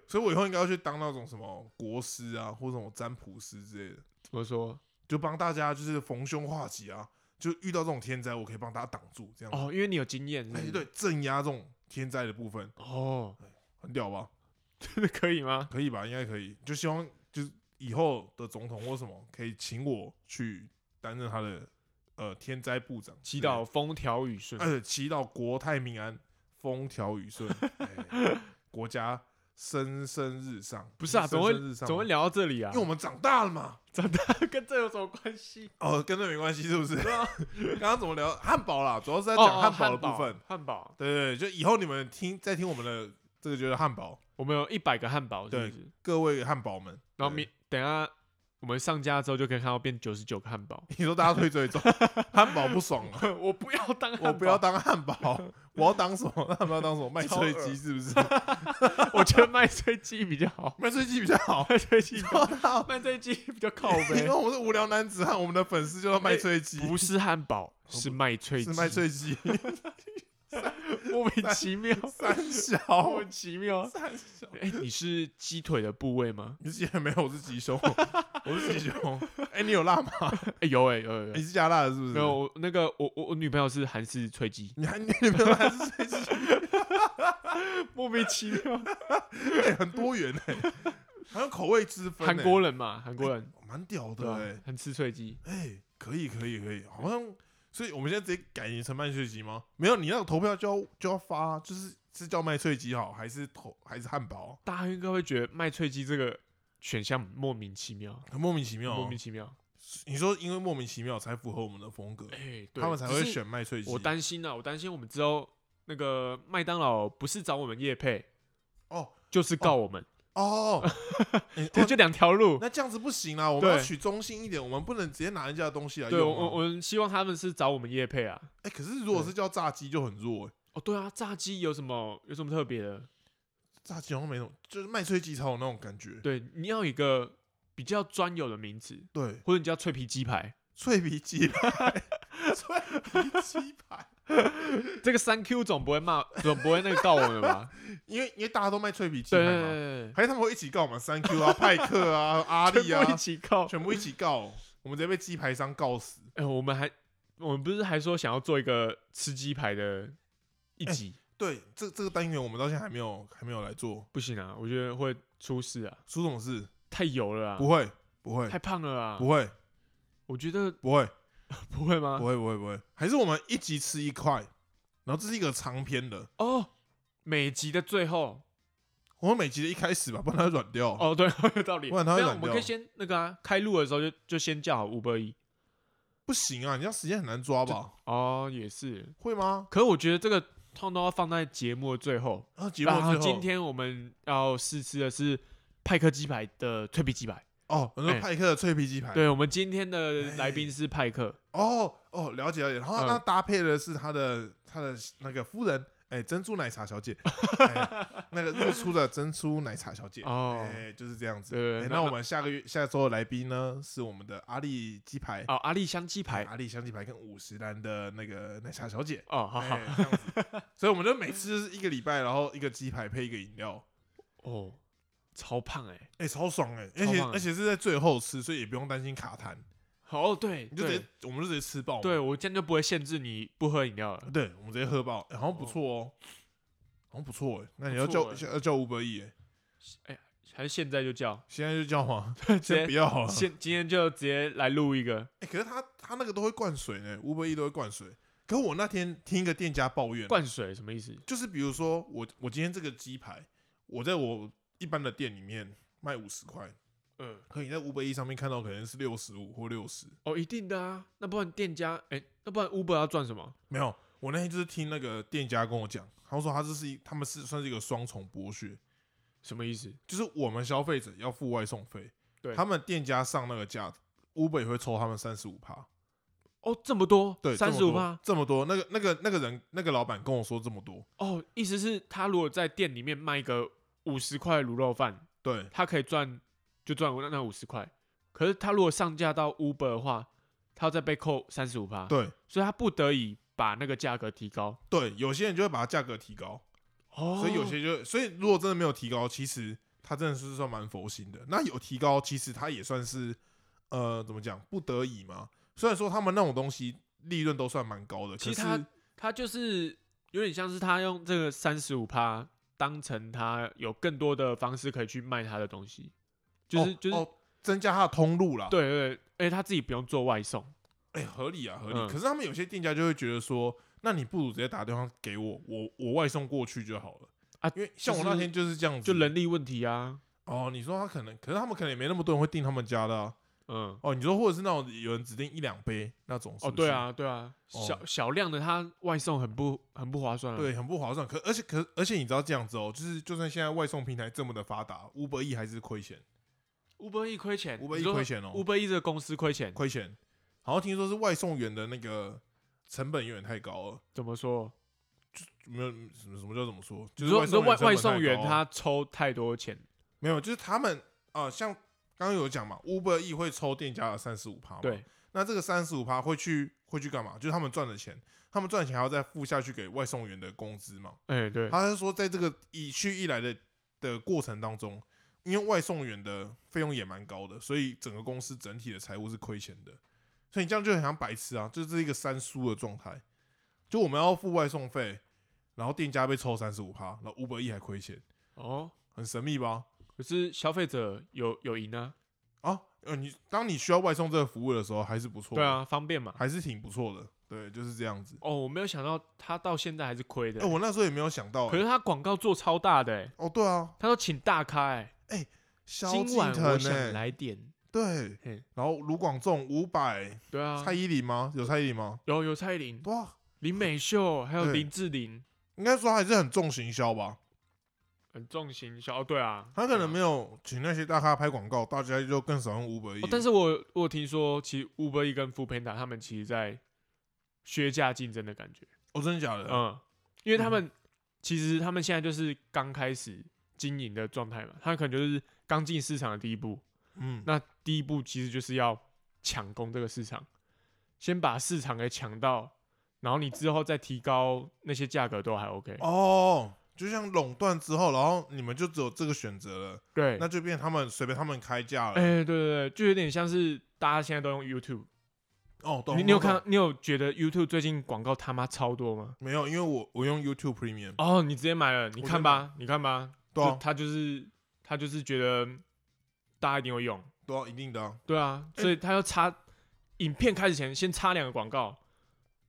所以我以后应该要去当那种什么国师啊，或者什么占卜师之类的，怎么说？就帮大家就是逢凶化吉啊。就遇到这种天灾，我可以帮大家挡住，这样子。哦，因为你有经验，是不哎、是对，镇压这种天灾的部分，哦，很屌吧？真的可以吗？可以吧？应该可以。就希望就是以后的总统或什么可以请我去担任他的呃天灾部长，祈祷，风调雨顺，呃，祈祷国泰民安，风调雨 顺，哎国家蒸蒸日上。不是啊？怎么蒸蒸会日上吗怎么会聊到这里啊？因为我们长大了嘛。长大 跟这有什么关系？哦，跟这没关系是 不是？对啊，刚刚怎么聊汉堡啦？主要是在哦讲哦汉堡的部分。汉堡，对对，对就以后你们听在听我们的这个就是汉堡，我们有一百个汉堡，是不对是？各位汉堡们，然后对明等一下我们上架之后就可以看到变九十九个汉堡。你说大家推最重，汉堡不爽啊！ 我不要当汉堡，我不要当汉堡，我要当什么？汉堡要当什么？麦脆鸡是不是？ 我觉得麦脆鸡比较好，麦脆鸡比较好。 麦脆鸡比较， 靠麦脆鸡比较靠你背。说我是无聊男子汉，我们的粉丝就叫麦脆鸡，不是汉堡，是麦脆鸡，是麦，脆 鸡。 莫名其妙，三小，莫名其妙。三小，哎，你是鸡腿的部位吗？你竟然没有？我是鸡 胸，我是鸡胸。哎，你有辣吗？ 哎，有哎，有有有你。是加辣的，是不是？没有，我那个我我我女朋友是韩式脆鸡，你还你女朋友还是脆鸡， 莫名其妙。哎很多元哎，还有口味之分。 欸韩国人嘛，韩国人蛮屌对的吧哎，？很吃脆鸡，哎、可以可以可以，好像，所以我们现在直接改名成麦脆鸡吗？没有，你那个投票就要就要发啊，就是是叫麦脆鸡好，还是投还是汉堡？大家应该会觉得麦脆鸡这个选项莫名其妙，很莫名其妙、莫哦名。其妙。你说因为莫名其妙才符合我们的风格，哎，对他们才只会是选麦脆鸡。我担心啊，我担心我们之后那个麦当劳不是找我们叶配，哦就是告我们， 哦，哎对，哦就两条路。那这样子不行啊啦，我们要对取中性一点，我们不能直接拿人家的东西来对，我用、我啊。我们希望他们是找我们叶配啊。哎、可是如果是叫炸鸡就很弱、哎，哦，对啊，炸鸡有什么有什么特别的？炸鸡好像没什么，就是麦脆鸡才有那种感觉。对，你要有一个比较专有的名词，对，或者你叫脆皮鸡排，脆皮鸡排， 脆皮鸡排。这个三 Q 总不会骂，总不会那个告我 们吧？因为因为大家都卖脆皮鸡对排对嘛，对对还是他们会一起告我们三 Q 啊、派克 啊、阿对，力啊全部一，起告。全部一起告，我们直接被鸡排商告死。哎，我们还我们不是还说想要做一个吃鸡排的一集？对，这这个单元我们到现在还没有还没有来做，不行啊，我觉得会出事啊，出什么事？太油了啊。不会，不会，太胖了啊！不会，我觉得不会， 不会吗不？会，不会，不会，还是我们一集吃一块，然后这是一个长篇的，哦，每集的最后，我们每集的一开始吧，不然它会软掉。哦，对，有道理。不然它会没有软我们可掉以先那个啊，开录的时候就就先叫好五百一。不行啊，你这样时间很难抓吧？哦，也是。会吗？可是我觉得这个通通要放在节目的最后。啊，节目然后最后，今天我们要试吃的是派克鸡排的脆皮鸡排。哦，你说哎派克的脆皮鸡排，对，我们今天的来宾是派克。哦哦，了解了解。然后嗯那搭配的是他的他的那个夫人，哎，珍珠奶茶小 姐，哎那个日出的珍珠奶茶小姐，哦，哎，就是这样子。对哎，对，那我们下个月下周的来宾呢是我们的阿丽鸡排， 哦，阿力香鸡排。阿丽香鸡排跟五十兰的那个奶茶小姐。哦，好好哎，这样子 所以我们就每次就是一个礼拜，然后一个鸡排配一个饮料，哦，超胖哎。哎，超爽哎！而超且棒哎而且是在最后吃，所以也不用担心卡痰，哦，对，你就直对接我们就直接吃爆嘛。对，我这样就不会限制你不喝饮料了。对，我们直接喝爆，欸好像不错哦，好像不错哎。那你要不叫错欸要叫五百亿哎，还是现在就叫？现在就叫 吗？先直不接要好了。现今天就直接来录一个哎，可是他他那个都会灌水呢，五百亿都会灌水。可我那天听一个店家抱怨，灌水，什么意思？就是比如说我我今天这个鸡排，我在我一般的店里面卖五十块，嗯，可你在五百亿上面看到可能是六十五或六十，哦，一定的啊，那不然店家，哎、那不然 Uber 要赚什么？没有。我那天就是听那个店家跟我讲，他说他这是一他们是算是一个双重剥削，什么意思？就是我们消费者要付外送费，对他们店家上那个价，Uber 也会抽他们三十五趴，哦，这么多，对，三十五趴，这么多，这么多那个那个那个人那个老板跟我说这么多，哦，意思是他如果在店里面卖一个五十块卤肉饭，对，他可以赚就赚那那五十块，可是他如果上架到 Uber 的话，他要再被扣三十五趴，对所以他不得已把那个价格提高。对，有些人就会把它价格提高，哦，所以有些就，所以如果真的没有提高，其实它真的是算蛮佛心的。那有提高，其实它也算是呃，怎么讲，不得已嘛。虽然说他们那种东西利润都算蛮高的，其实可他是他就是有点像是他用这个三十五趴当成他有更多的方式可以去卖他的东西，就是、哦就是、哦增加它的通路啦，对对，哎、他自己不用做外送，哎、合理啊，合理。嗯可是他们有些店家就会觉得说，那你不如直接打电话给我，我我外送过去就好了啊因为像我那天就是这样子，就人力问题啊，哦，你说他可能，可是他们可能也没那么多人会订他们家的、啊、嗯，哦。你说或者是那种有人只订一两杯那种是哦不是对，啊对啊，哦小小量的他外送很不很不划算、啊，，对，很不划算。可而且可而且你知道这样子哦，就是就算现在外送平台这么的发达，Uber E 还是亏钱五百亿亏钱， ，Uber E 亏钱五哦，百亿这个公司亏钱，亏钱。好像听说是外送员的那个成本有点太高了，怎么说？没有什么什么叫怎么说，就你是说你说外外外送送员成本太员高啊他抽太多钱，没有，就是他们啊、像刚刚有讲嘛，Uber E 会抽店家的三十五趴，，对，那这个三十五趴会去会去干嘛？就是他们赚的钱，他们赚的钱还要再付下去给外送员的工资嘛。哎、对，他是说，在这个一去一来的的过程当中，因为外送员的费用也蛮高的，所以整个公司整体的财务是亏钱的。所以你这样就很像白痴啊，就是一个三输的状态。就我们要付外送费，然后店家被抽三十五趴，然后 Uber E 还亏钱，哦，很神秘吧？可是消费者有有赢啊，啊，呃，你当你需要外送这个服务的时候，还是不错，对，啊，方便嘛，还是挺不错的，对，就是这样子。哦，我没有想到他到现在还是亏的哎、。我那时候也没有想到、可欸，是他广告做超大的、欸，哦，对啊，他都请大咖、欸，萧今敬晚我腾想呢、来点，对嘿，然后卢广仲、伍佰、对啊蔡，依林吗？有蔡依林吗？有有蔡依林、哇，林美秀，还有对林志玲，应该说还是很重行销吧。很重行销，哦对啊，他可对能啊没有请那些大咖拍广告，大家就更少用 Uber 哦 E。但是我有我有听说，其实 Uber E 跟 f o o p a n d a 他们其实在削价竞争的感觉，哦，真的假的？嗯，因为他们、其实他们现在就是刚开始经营的状态嘛，他可能就是刚进市场的第一步，嗯，那第一步其实就是要抢攻这个市场，先把市场给抢到，然后你之后再提高那些价格都还 OK。哦，就像垄断之后，然后你们就只有这个选择了，对，那就变他们随便他们开价了。哎、对对对，就有点像是大家现在都用 YouTube，哦，懂你你有懂懂看，你有觉得 YouTube 最近广告他妈超多吗？没有，因为我我用 YouTube Premium，、哦，你直接买了，你我看直接吧，你看吧，对就啊，他就是他就是觉得大家一定会用，对啊，一定的啊、对啊，哎所以他要插、影片开始前先插两个广告，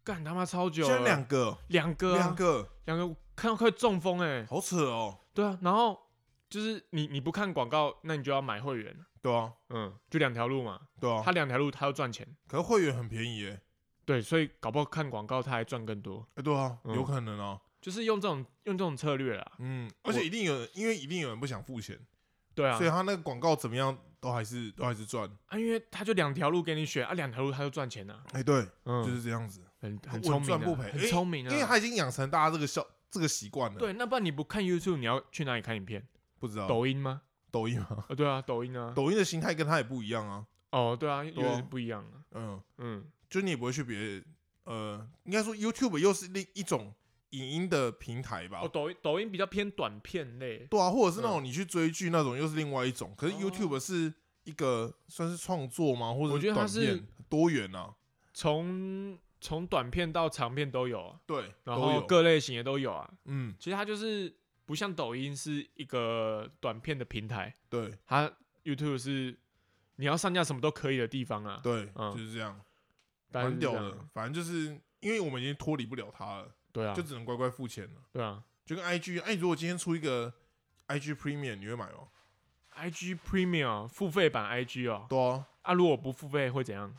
干他妈超久现了，在两个，两个、啊、两个，两个看到快中风哎、好扯哦，对啊，然后就是你你不看广告，那你就要买会员，对啊，嗯，就两条路嘛，对啊他，两条路他要赚钱，可是会员很便宜耶，对，所以搞不好看广告他还赚更多，哎，对啊，嗯有可能啊，就是用这种用这种策略啦，嗯，而且一定有人，因为一定有人不想付钱，对啊所以，他那个广告怎么样都还是都还是赚，啊，因为他就两条路给你选啊，两条路他就赚钱啊，哎，对，嗯，就是这样子，很很稳聪明赚啊不赔很聪明因啊，为他已经养成大家这个效这个习惯了，，对，那不然你不看 YouTube，你要去哪里看影片？不知道抖音吗？抖音嘛，啊，对啊，抖音啊，抖音的心态跟他也不一样啊，哦，对啊，有对啊点不一样啊，嗯，嗯，就你也不会去别，呃，应该说 YouTube 又是另一种影音的平台吧，哦，抖音抖音比较偏短片类，对啊，或者是那种你去追剧那种，又是另外一种。可是哦 YouTube 是一个算是创作吗？或者我觉得它短是片多元啊，从从短片到长片都有啊，对，然都后有各类型的都有啊。嗯，其实它就是不像抖音是一个短片的平台，对它 YouTube 是你要上架什么都可以的地方啊。对，嗯就是这样，大概蛮是这屌样的。反正就是因为我们已经脱离不了它了，对啊，就只能乖乖付钱了。对啊。就跟 IG，哎，如果今天出一个 IG Premium，你会买吗？ IG Premium 啊付费版 IG 哦，对啊，啊，如果不付费会怎样？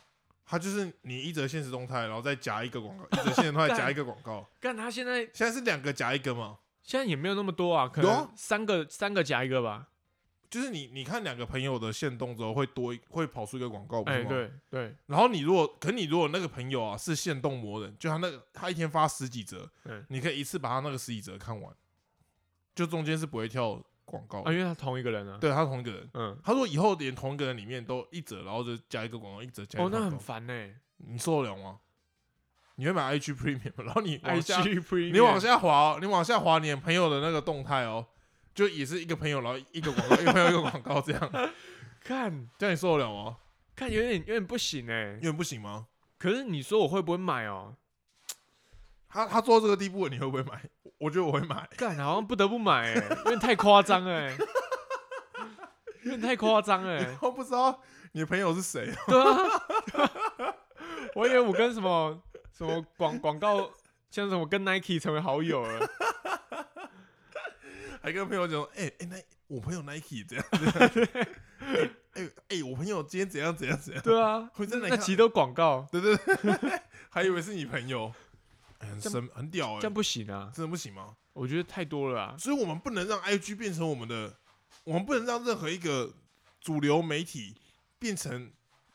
它就是你一则现实动态，然后再夹一个 广告，一则现实动态干夹一个广告。干，他现在现在是两个夹一个嘛？现在也没有那么多啊，可有能啊三个三个夹一个吧。就是你，你看两个朋友的线动之后，会多一会跑出一个广告，不是哎，吗？对对，然后你如果，可你如果那个朋友啊是限动魔人，就他那个他一天发十几折，嗯你可以一次把他那个十几折看完，就中间是不会跳广告的。啊，因为他同一个人啊。哦对他同一个人，嗯，他说以后连同一个人里面都一折，然后就加一个广告，一折加一个，哦广那告，很烦呢。你受得了吗？你会买 IG Premium，然后 你往下 IG Premium，你往下滑、哦，你往下滑，你朋友的那个动态哦，就也是一个朋友，然后一个广告，一个朋友一个广告这样，看这样你受得了吗？看，有点有点不行哎、有点不行吗？可是你说我会不会买哦？他他做到这个地步了，你会不会买？我觉得我会买，干，好像不得不买哎、有点太夸张哎，有点太夸张哎。我不知道你的朋友是谁哦，对啊，我以为我跟什么什么广广告，像什么跟 Nike 成为好友了，还跟朋友讲说，哎、哎、那我朋友 Nike 这样子，哎哎、我朋友今天怎样怎样怎样，对啊，会真的那看其实都广告，对对对，还以为是你朋友，哎很这样神很屌哎、这样不行啊，真的不行吗？我觉得太多了啊，所以我们不能让 IG 变成我们的，我们不能让任何一个主流媒体变成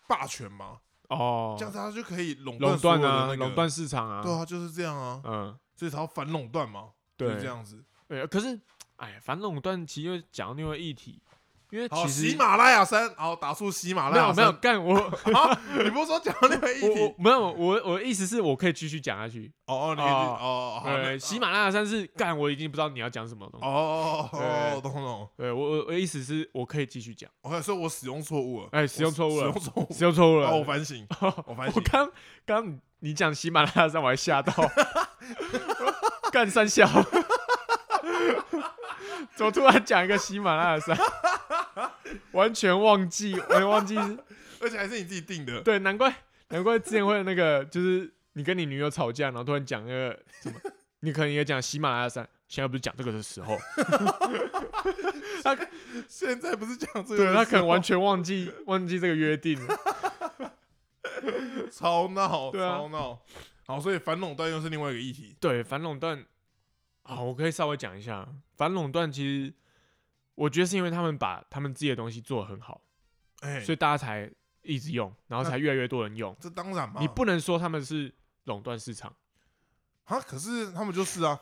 霸权嘛？哦这，样它就可以垄垄所有断的啊，那个垄，断市场啊，对啊，就是这样啊，嗯，所以才要反垄断嘛，就是对这，样子。对，可是，哎，反垄断其实又讲到另外一个议题，因为好，其实喜马拉雅山，好打出喜马没拉雅有没有山，干我我有，你不是说讲到那个议我题？没有我我的意思是我可以继续讲下去，哦哦，你可以哦哦，好，那呃，喜马拉雅山是干我已经不知道你要讲什么东西，哦哦哦，对懂懂。对我我我的意思是我可以继续讲， OK，所以我使用错误了，哎使用错误了我使用错误，只有错误哦，我了，反省，我反 我省，刚刚你讲喜马拉雅山，我还吓到， 干三小， 怎么突然讲一个喜马拉雅山？ 完全忘记，完全忘记。而且还是你自己定的，对，难怪难怪之前会有那个，就是你跟你女友吵架，然后突然讲那个什么，你可能也讲喜马拉雅山，现在不是讲这个的 时候，现在不是哦讲这个的时对候，他可能完全忘记忘记这个约定了。超闹，对啊超闹。好，所以反垄断又是另外一个议题。对，反垄断啊，我可以稍微讲一下，反垄断其实我觉得是因为他们把他们自己的东西做得很好，哎、所以大家才一直用，然后才越来越多人用。这当然嘛，你不能说他们是垄断市场，啊？可是他们就是啊，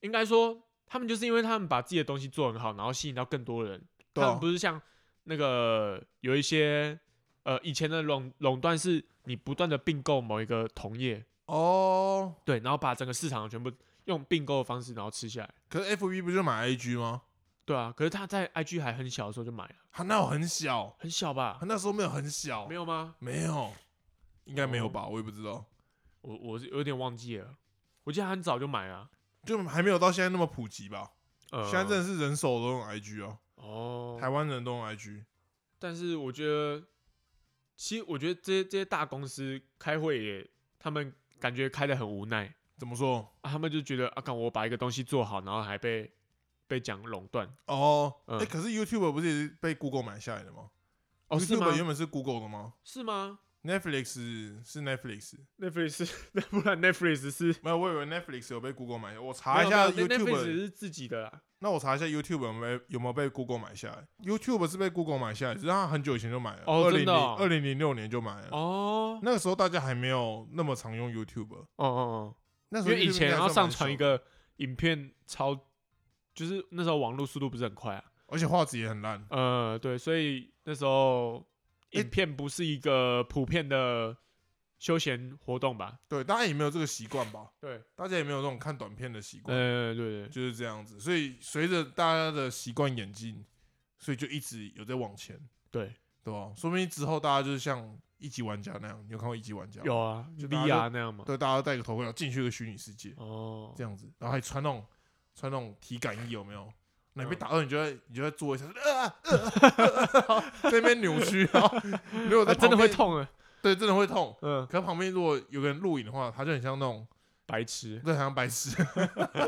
应该说他们就是因为他们把自己的东西做得很好，然后吸引到更多人。对啊他们不是像那个有一些呃以前的垄垄断是你不断的并购某一个同业，哦，对，然后把整个市场全部用并购的方式然后吃下来。可是 FB 不就买 IG 吗？对啊，可是他在 IG 还很小的时候就买了，他那有很小，很小吧他？那时候没有很小，没有，有哦吗？没有，应该没有吧？我也不知道，我我是有点忘记了，我记得他很早就买了。就还没有到现在那么普及吧。呃，现在真的是人手都用 IG 啊，台哦，湾人都用 IG。但是我觉得，其实我觉得这些这些大公司开会也，他们感觉开的很无奈、怎么说？啊，他们就觉得啊，看我把一个东西做好，然后还被被讲垄断，哦，哎、嗯可是 YouTube 不是也是被 Google 买下来的吗？哦，是 YouTube 原吗？本是 Google 的吗是吗？Netflix 是 Netflix， ？Netflix，那 不然 Netflix 是没有，我以为 Netflix 有被 Google 买下，我查没一有下没有 Netflix YouTube，是自己的啊啦。那我查一下 YouTube 有没有有没有被 Google 买下来？YouTube 是被 Google 买下来，只是它很久以前就买了，哦二零真的零哦二零零六年就买了。哦那个时候大家还没有那么常用 YouTube，哦哦那哦，时因候为以 YouTube 前应该要算上蛮传小一，个影片超，就是那时候网络速度不是很快啊。而且画质也很烂。呃，对，所以那时候嗯诶影片不是一个普遍的休闲活动吧？对，大家也没有这个习惯吧？对，大家也没有这种看短片的习惯，呃，对对，就是这样子。所以随着大家的习惯演进，所以就一直有在往前，对，对吧？说不定之后大家就是像一级玩家那样，你有看过一级玩家吗？有啊就大，VR 家那样嘛。嗯对，大家戴个头盔，然后进去一个虚拟世界，哦，这样子，然后还穿那种穿那种体感衣，有没有？那你被嗯打到，你就会你就会坐一下，呃呃 呃，在那边扭曲，然后如果啊在真旁的会边，痛啊，对，真的会痛。嗯，可旁边如果有个人录影的话，他就很像那种，白痴，就很像白痴，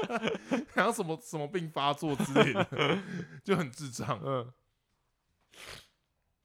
好像什么什么病发作之类的， 就很智障。嗯，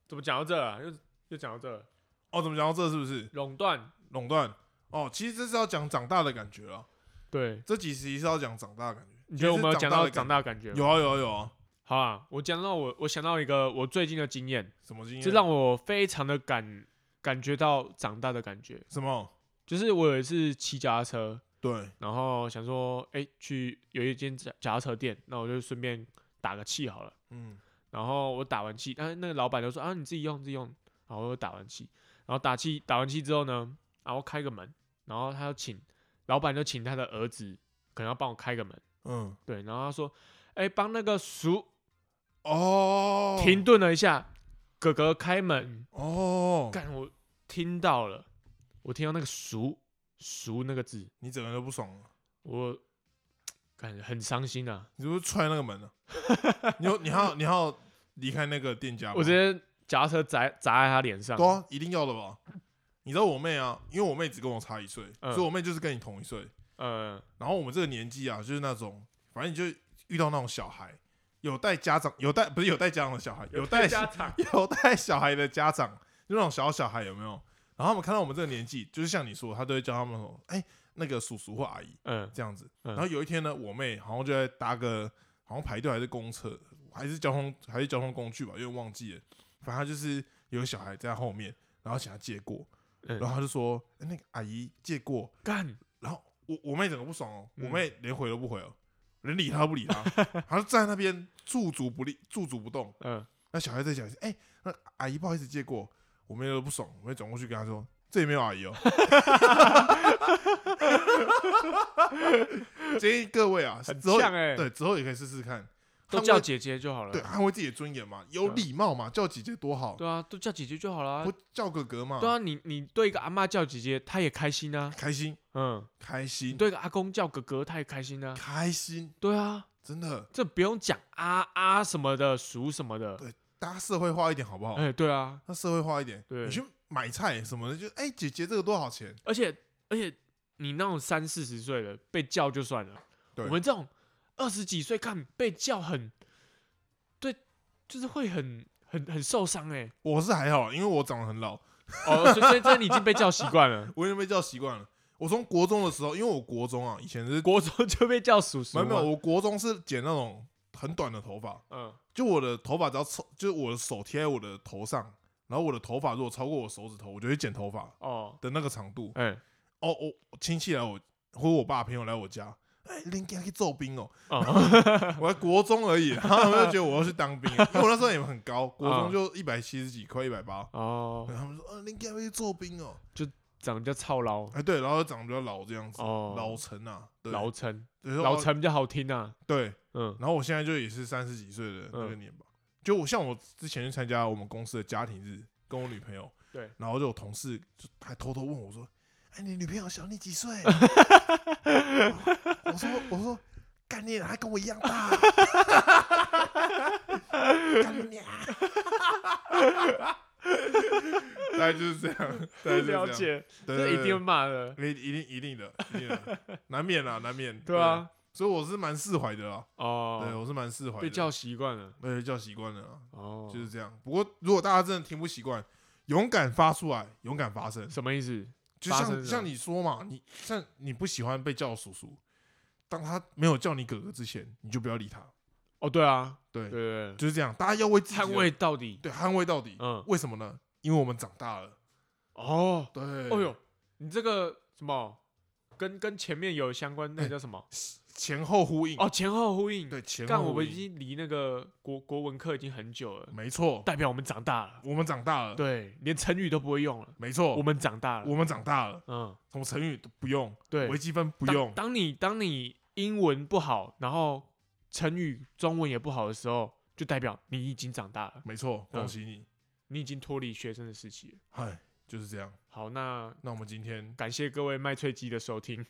怎么讲到这啊？又又讲到这了哦，怎么讲到这是不是垄断，垄断？哦，其实这是要讲长大的感觉啊，对，这几集是要讲长大的感觉。你觉得我们有讲到长大大的感觉的感吗觉？？有啊有啊有啊，好啊，我讲到我我想到一个我最近的经验，什么经验？这让我非常的感感觉到长大的感觉，什么？就是我有一次骑脚踏车，对，然后想说，哎、去有一间脚脚踏车店，那我就顺便打个气好了。嗯，然后我打完气，但是那个老板就说啊，你自己用，自己用。然后我就打完气，然后打气打完气之后呢，然后开个门，然后他要请老板就请他的儿子，可能要帮我开个门，嗯，对，然后他说，哎、帮那个叔哦，停顿了一下，哥哥开门，哦，干我听到了，我听到那个叔叔那个字，你整个人都不爽了，我感觉很伤心啊，你是不是踹那个门了？你有你还要你还要离开那个店家吗？我直接脚踏车砸砸在他脸上，对啊，一定要的吧？你知道我妹啊，因为我妹只跟我差一岁，嗯所以我妹就是跟你同一岁。呃，然后我们这个年纪啊，就是那种，反正你就遇到那种小孩，有带家长，有带不是有带家长的小孩，有带家长， 有带小孩的家长，就那种小小孩有没有？然后他们看到我们这个年纪，就是像你说，他都会叫他们说，哎、那个叔叔或阿姨嗯这样子。嗯然后有一天呢，我妹好像就在搭个，好像排队还是公车，还是交通还是交通工具吧，有点忘记了。反正她就是有个小孩在后面，然后请他借过，嗯然后他就说、哎那个阿姨借过，干，然后我我妹整个不爽哦，嗯我妹连回都不回哦，连理她都不理她，她就站在那边驻足不立，驻足不动。嗯那小孩在讲，哎、那阿姨不好意思借过，我妹都不爽，我妹转过去跟她说，这里没有阿姨哦。 建议各位啊，很之后呛欸对之后也可以试试看，都捍卫叫姐姐就好了，对捍卫自己的尊严嘛，有嗯礼貌嘛，叫姐姐多好，对啊，都叫姐姐就好了不，叫哥哥嘛，对啊，你你对一个阿妈叫姐姐，她也开心啊，开心嗯，开你心对一个阿公叫哥哥，他也开心啊，开心，对啊，真的，这不用讲啊啊什么的，叔什么的对，大家社会化一点好不好？哎，对啊，那社会化一点，对你去买菜什么的，就哎、姐姐这个多少钱？而且而且你那种三四十岁的被叫就算了，我对们这种二十几岁看被叫很，对，就是会很很很受伤哎、我是还好，因为我长得很老，，哦，所以所以这你已经被叫习惯了 我已经被叫习惯了。我从国中的时候，因为我国中啊，以前是国中就被叫叔叔没嘛，有没有，我国中是剪那种很短的头发，嗯就我的头发只要超，就是我的手贴在我的头上，然后我的头发如果超过我手指头，我就会剪头发哦，的那个长度。哎、哦，我亲戚来我或者我爸朋友来我家，哎、林给他去揍兵哦，哦， 我在国中而已，然后他们就觉得我要去当兵，因为我那时候也很 高，国中就一百七十几，快一百八。哦，然后他们说，呃，你该会去做兵哦。长得叫操劳哎，对，然后长得比较老这样子，哦，老成啊，对老成对说老哦成比较好听啊，对。嗯然后我现在就也是三十几岁的那个年吧，就我像我之前去参加我们公司的家庭日，跟我女朋友，对，然后就有同事就还偷偷问我说，哎，你女朋友小你几岁？我说我说。干你娘，还跟我一样大！干 你娘！大概就是这样，大概就是这样了，解，对这对一对定会骂的，一一定一定的，一定的，难免啦，难免。对，啊，所以我是蛮释怀的啦，啊对哦，我是蛮释怀的。被叫习惯了，对叫习惯了啦，哦，就是这样。不过如果大家真的听不习惯，勇敢发出来，勇敢发声，什么意思？就发声像是吧像你说嘛，你像你不喜欢被叫叔叔，当他没有叫你哥哥之前，你就不要理他。哦，对啊，对，对对对，就是这样，大家要为自己的捍卫到底，对捍卫到底。嗯，为什么呢？因为我们长大了。哦，对，哦呦，你这个什么，跟跟前面有相关，那个叫什么？前后呼应。哦，前后呼应。对，前但后我呼们已应。嗯经离那个国国文课已经很久了，没错，代表我们长大了。我们长大了。对，连成语都不会用了，没错，我们长大了。嗯哦我们长大了，嗯，什么成语都不用，对，微积分不当用，当你当你英文不好，然后成语中文也不好的时候，就代表你已经长大了，没错，嗯恭喜你，你已经脱离学生的时期了。嗨，就是这样。好，那那我们今天 感谢各位麦脆鸡的收听。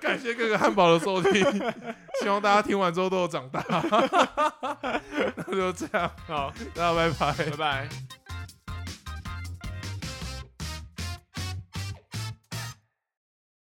感谢各个汉堡的收听，希望大家听完之后都有长大。那就这样，好，大家拜拜拜。拜。